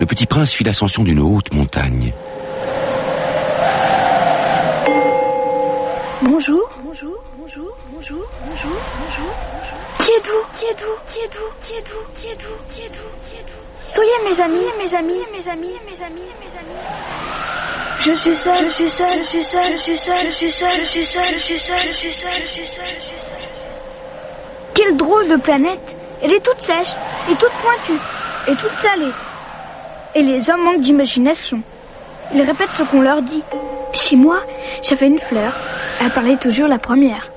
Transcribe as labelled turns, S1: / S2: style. S1: le petit prince fit l'ascension d'une haute montagne.
S2: Bonjour. Bonjour. Bonjour. Bonjour. Bonjour. Bonjour. Tiedou. Tiedou. Tiedou. Tiedou. Tiedou. Tiedou. Tiedou. Soyez mes amis, mes amis, mes amis, mes amis, mes amis. Je suis seule, je suis seule, je suis seule, je suis seule, je suis seule, je suis seule, je suis seule, je suis seule, je suis seule, je suis seule. Quelle drôle de planète Elle est toute sèche, et toute pointue, et toute salée. Et les hommes manquent d'imagination. Ils répètent ce qu'on leur dit. Chez moi, j'avais une fleur. Elle parlait toujours la première.